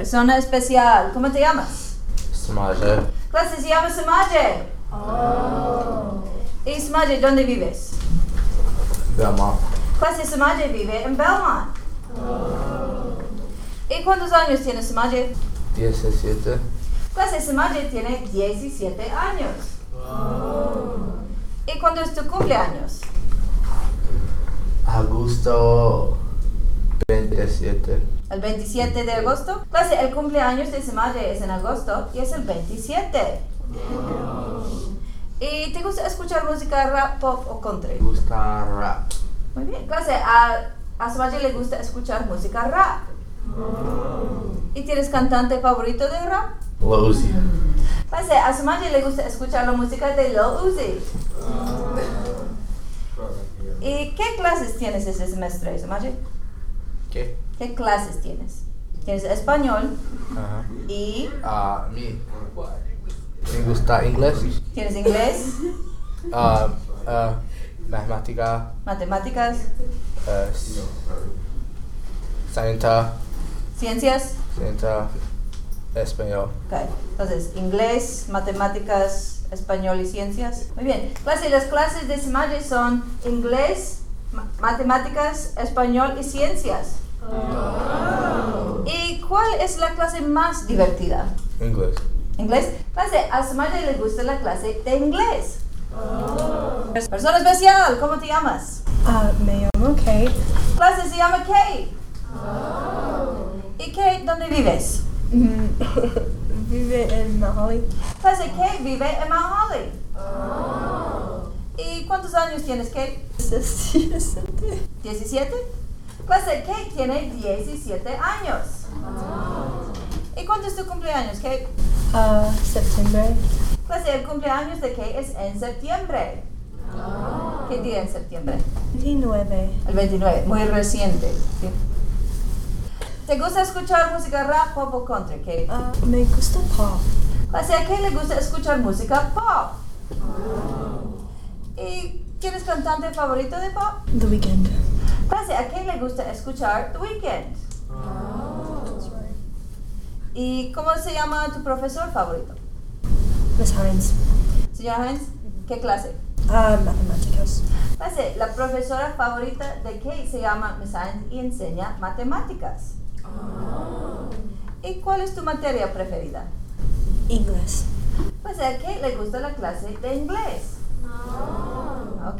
persona especial. ¿Cómo te llamas? Samaje, Clase se llama Samaje. Y Samaje, ¿dónde vives? Belmont, Clase Samaje vive en Belmont. Oh. ¿Y cuántos años tiene Samaje? 17, Clase Samaje tiene 17 años. Oh. ¿Y cuándo es tu cumpleaños? agosto 27. El 27 de agosto. Clase, el cumpleaños de Samaje es en agosto y es el 27. ¿Y te gusta escuchar música rap, pop o country? Me gusta rap. Muy bien, clase, a, a Samaje le gusta escuchar música rap. ¿Y tienes cantante favorito de rap? Lousy. Clase, a Samaje le gusta escuchar la música de Lil Uzi. ¿Y qué clases tienes este semestre, Samaje? ¿Qué? ¿Qué clases tienes? Tienes español Ajá. y Ah, Uh-huh. mi. Me gusta inglés. tienes inglés, Ah, ah, matemática. matemáticas, ah, s- Santa. ciencias. Santa. Español. Ok, Entonces, inglés, matemáticas, español y ciencias. Muy bien. Clase, las clases de Simaye son inglés, ma- matemáticas, español y ciencias. ¿Y cuál es la clase más divertida? Inglés. ¿Inglés? Clase, a Simaye le gusta la clase de inglés. Persona especial, ¿cómo te llamas? Ah, me llamo Kate. Clase se llama Kate. ¿Y Kate dónde vives? Mm, Vive en Mahali. Clase, Kate Pues vive en Mount Holly. ¿Y cuántos años tienes, Kate? Siete. ¿17? Clase, Kate Pues tiene 17 años. ¿Y cuánto es tu cumpleaños, Kate? Ah, septiembre. Clase, el cumpleaños de Kate es en septiembre. ¿Qué día en septiembre? 29. El 29, muy reciente. ¿sí? ¿Te gusta escuchar música rap, pop o country, Kate? Ah, me gusta pop. Clase, ¿a Kate le gusta escuchar música pop? ¿Y quién es cantante favorito de pop? The Weeknd. Clase, ¿a quién le gusta escuchar The Weeknd? ¿Y cómo se llama tu profesor favorito? Miss Hines. Señora Hines, ¿qué clase? Ah, matemáticas. Clase, la profesora favorita de Kate se llama Miss Hines y enseña matemáticas. ¿Y cuál es tu materia preferida? Inglés. Pues a Kate le gusta la clase de inglés.